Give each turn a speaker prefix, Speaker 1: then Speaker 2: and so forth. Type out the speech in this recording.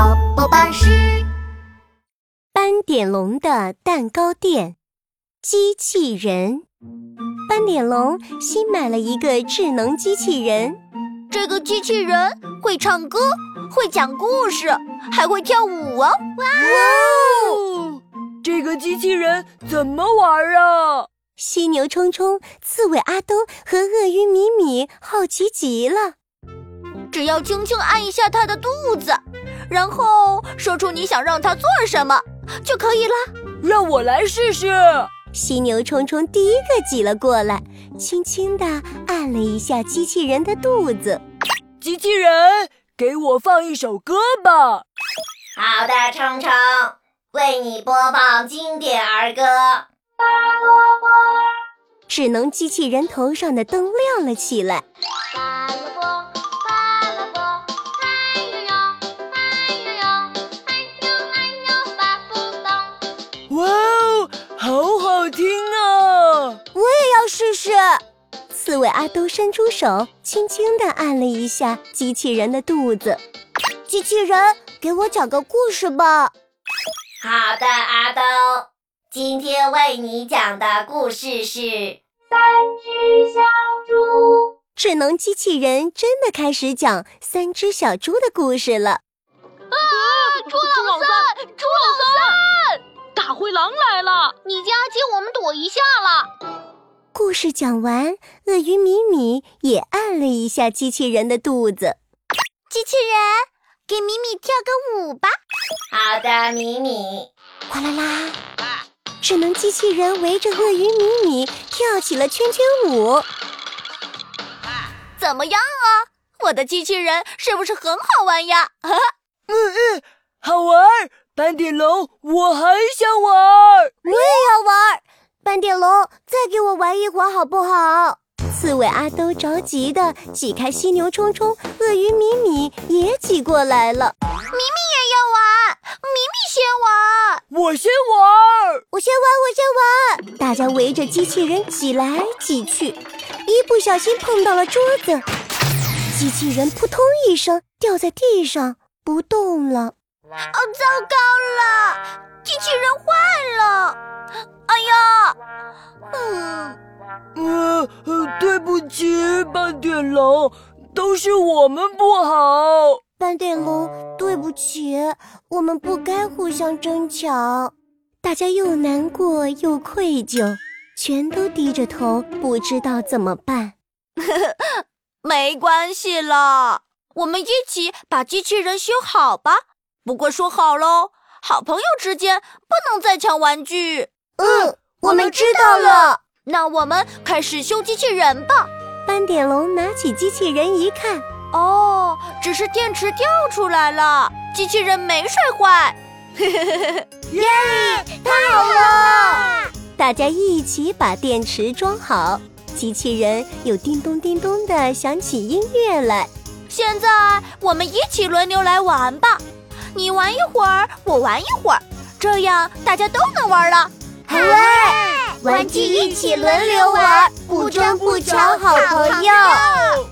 Speaker 1: 老师，
Speaker 2: 斑点龙的蛋糕店，机器人。斑点龙新买了一个智能机器人，
Speaker 1: 这个机器人会唱歌，会讲故事，还会跳舞哦！
Speaker 3: 哦，这个机器人怎么玩啊？
Speaker 2: 犀牛冲冲、刺猬阿东和鳄鱼米米好奇极了。
Speaker 1: 只要轻轻按一下它的肚子，然后说出你想让它做什么就可以了。
Speaker 3: 让我来试试。
Speaker 2: 犀牛冲冲第一个挤了过来，轻轻地按了一下机器人的肚子。
Speaker 3: 机器人，给我放一首歌吧。
Speaker 4: 好的，冲冲，为你播放经典儿歌。
Speaker 2: 智能机器人头上的灯亮了起来。
Speaker 5: 巴拉波，巴拉波，哎呦呦，哎呦呦，哎呦哎呦发不动。
Speaker 3: 哇哦，好好听啊！
Speaker 2: 要试试。刺猬阿兜伸出手，轻轻地按了一下机器人的肚子。
Speaker 1: 机器人，给我讲个故事吧。
Speaker 4: 好的，阿兜，今天为你讲的故事是
Speaker 2: 智能机器人真的开始讲三只小猪的故事了。
Speaker 5: 猪老三，猪老三，大灰狼来了！你家借我们躲一下了。
Speaker 2: 故事讲完，鳄鱼米米也按了一下机器人的肚子。
Speaker 1: 机器人，给米米跳个舞吧。
Speaker 4: 好的，米米。
Speaker 2: 哗啦啦，智能机器人围着鳄鱼米米跳起了圈圈舞。
Speaker 1: 怎么样啊？我的机器人是不是很好玩呀？
Speaker 3: 好玩儿，斑点龙，我还想玩儿。
Speaker 2: 好玩！斑点龙，再给我玩一会儿好不好？刺猬阿兜着急的挤开犀牛冲冲，鳄鱼米米也挤过来了。
Speaker 1: 要玩，哎米米先玩，
Speaker 3: 我先玩儿。
Speaker 2: 我先玩，我先玩！大家围着机器人挤来挤去，一不小心碰到了桌子，机器人扑通一声掉在地上不动了。
Speaker 1: 哦，糟糕了，机器人坏了！哎呀，嗯，
Speaker 3: 呃，呃对不起，斑点龙，都是我们不好。
Speaker 2: 斑点龙，对不起，我们不该互相争抢。大家又难过又愧疚，全都低着头，不知道怎么办。
Speaker 1: 没关系啦，我们一起把机器人修好吧。不过说好喽，好朋友之间不能再抢玩具。
Speaker 2: 嗯，
Speaker 1: 我们知道了。那我们开始修机器人吧。
Speaker 2: 斑点龙拿起机器人一看，
Speaker 1: 哦，只是电池掉出来了，机器人没摔坏。
Speaker 2: 大家一起把电池装好，机器人又叮咚叮咚地响起音乐来。
Speaker 1: 现在我们一起轮流来玩吧，你玩一会儿，我玩一会儿，这样大家都能玩了。
Speaker 2: 好
Speaker 1: 玩，
Speaker 2: 玩具一起轮流玩不争不抢好朋友。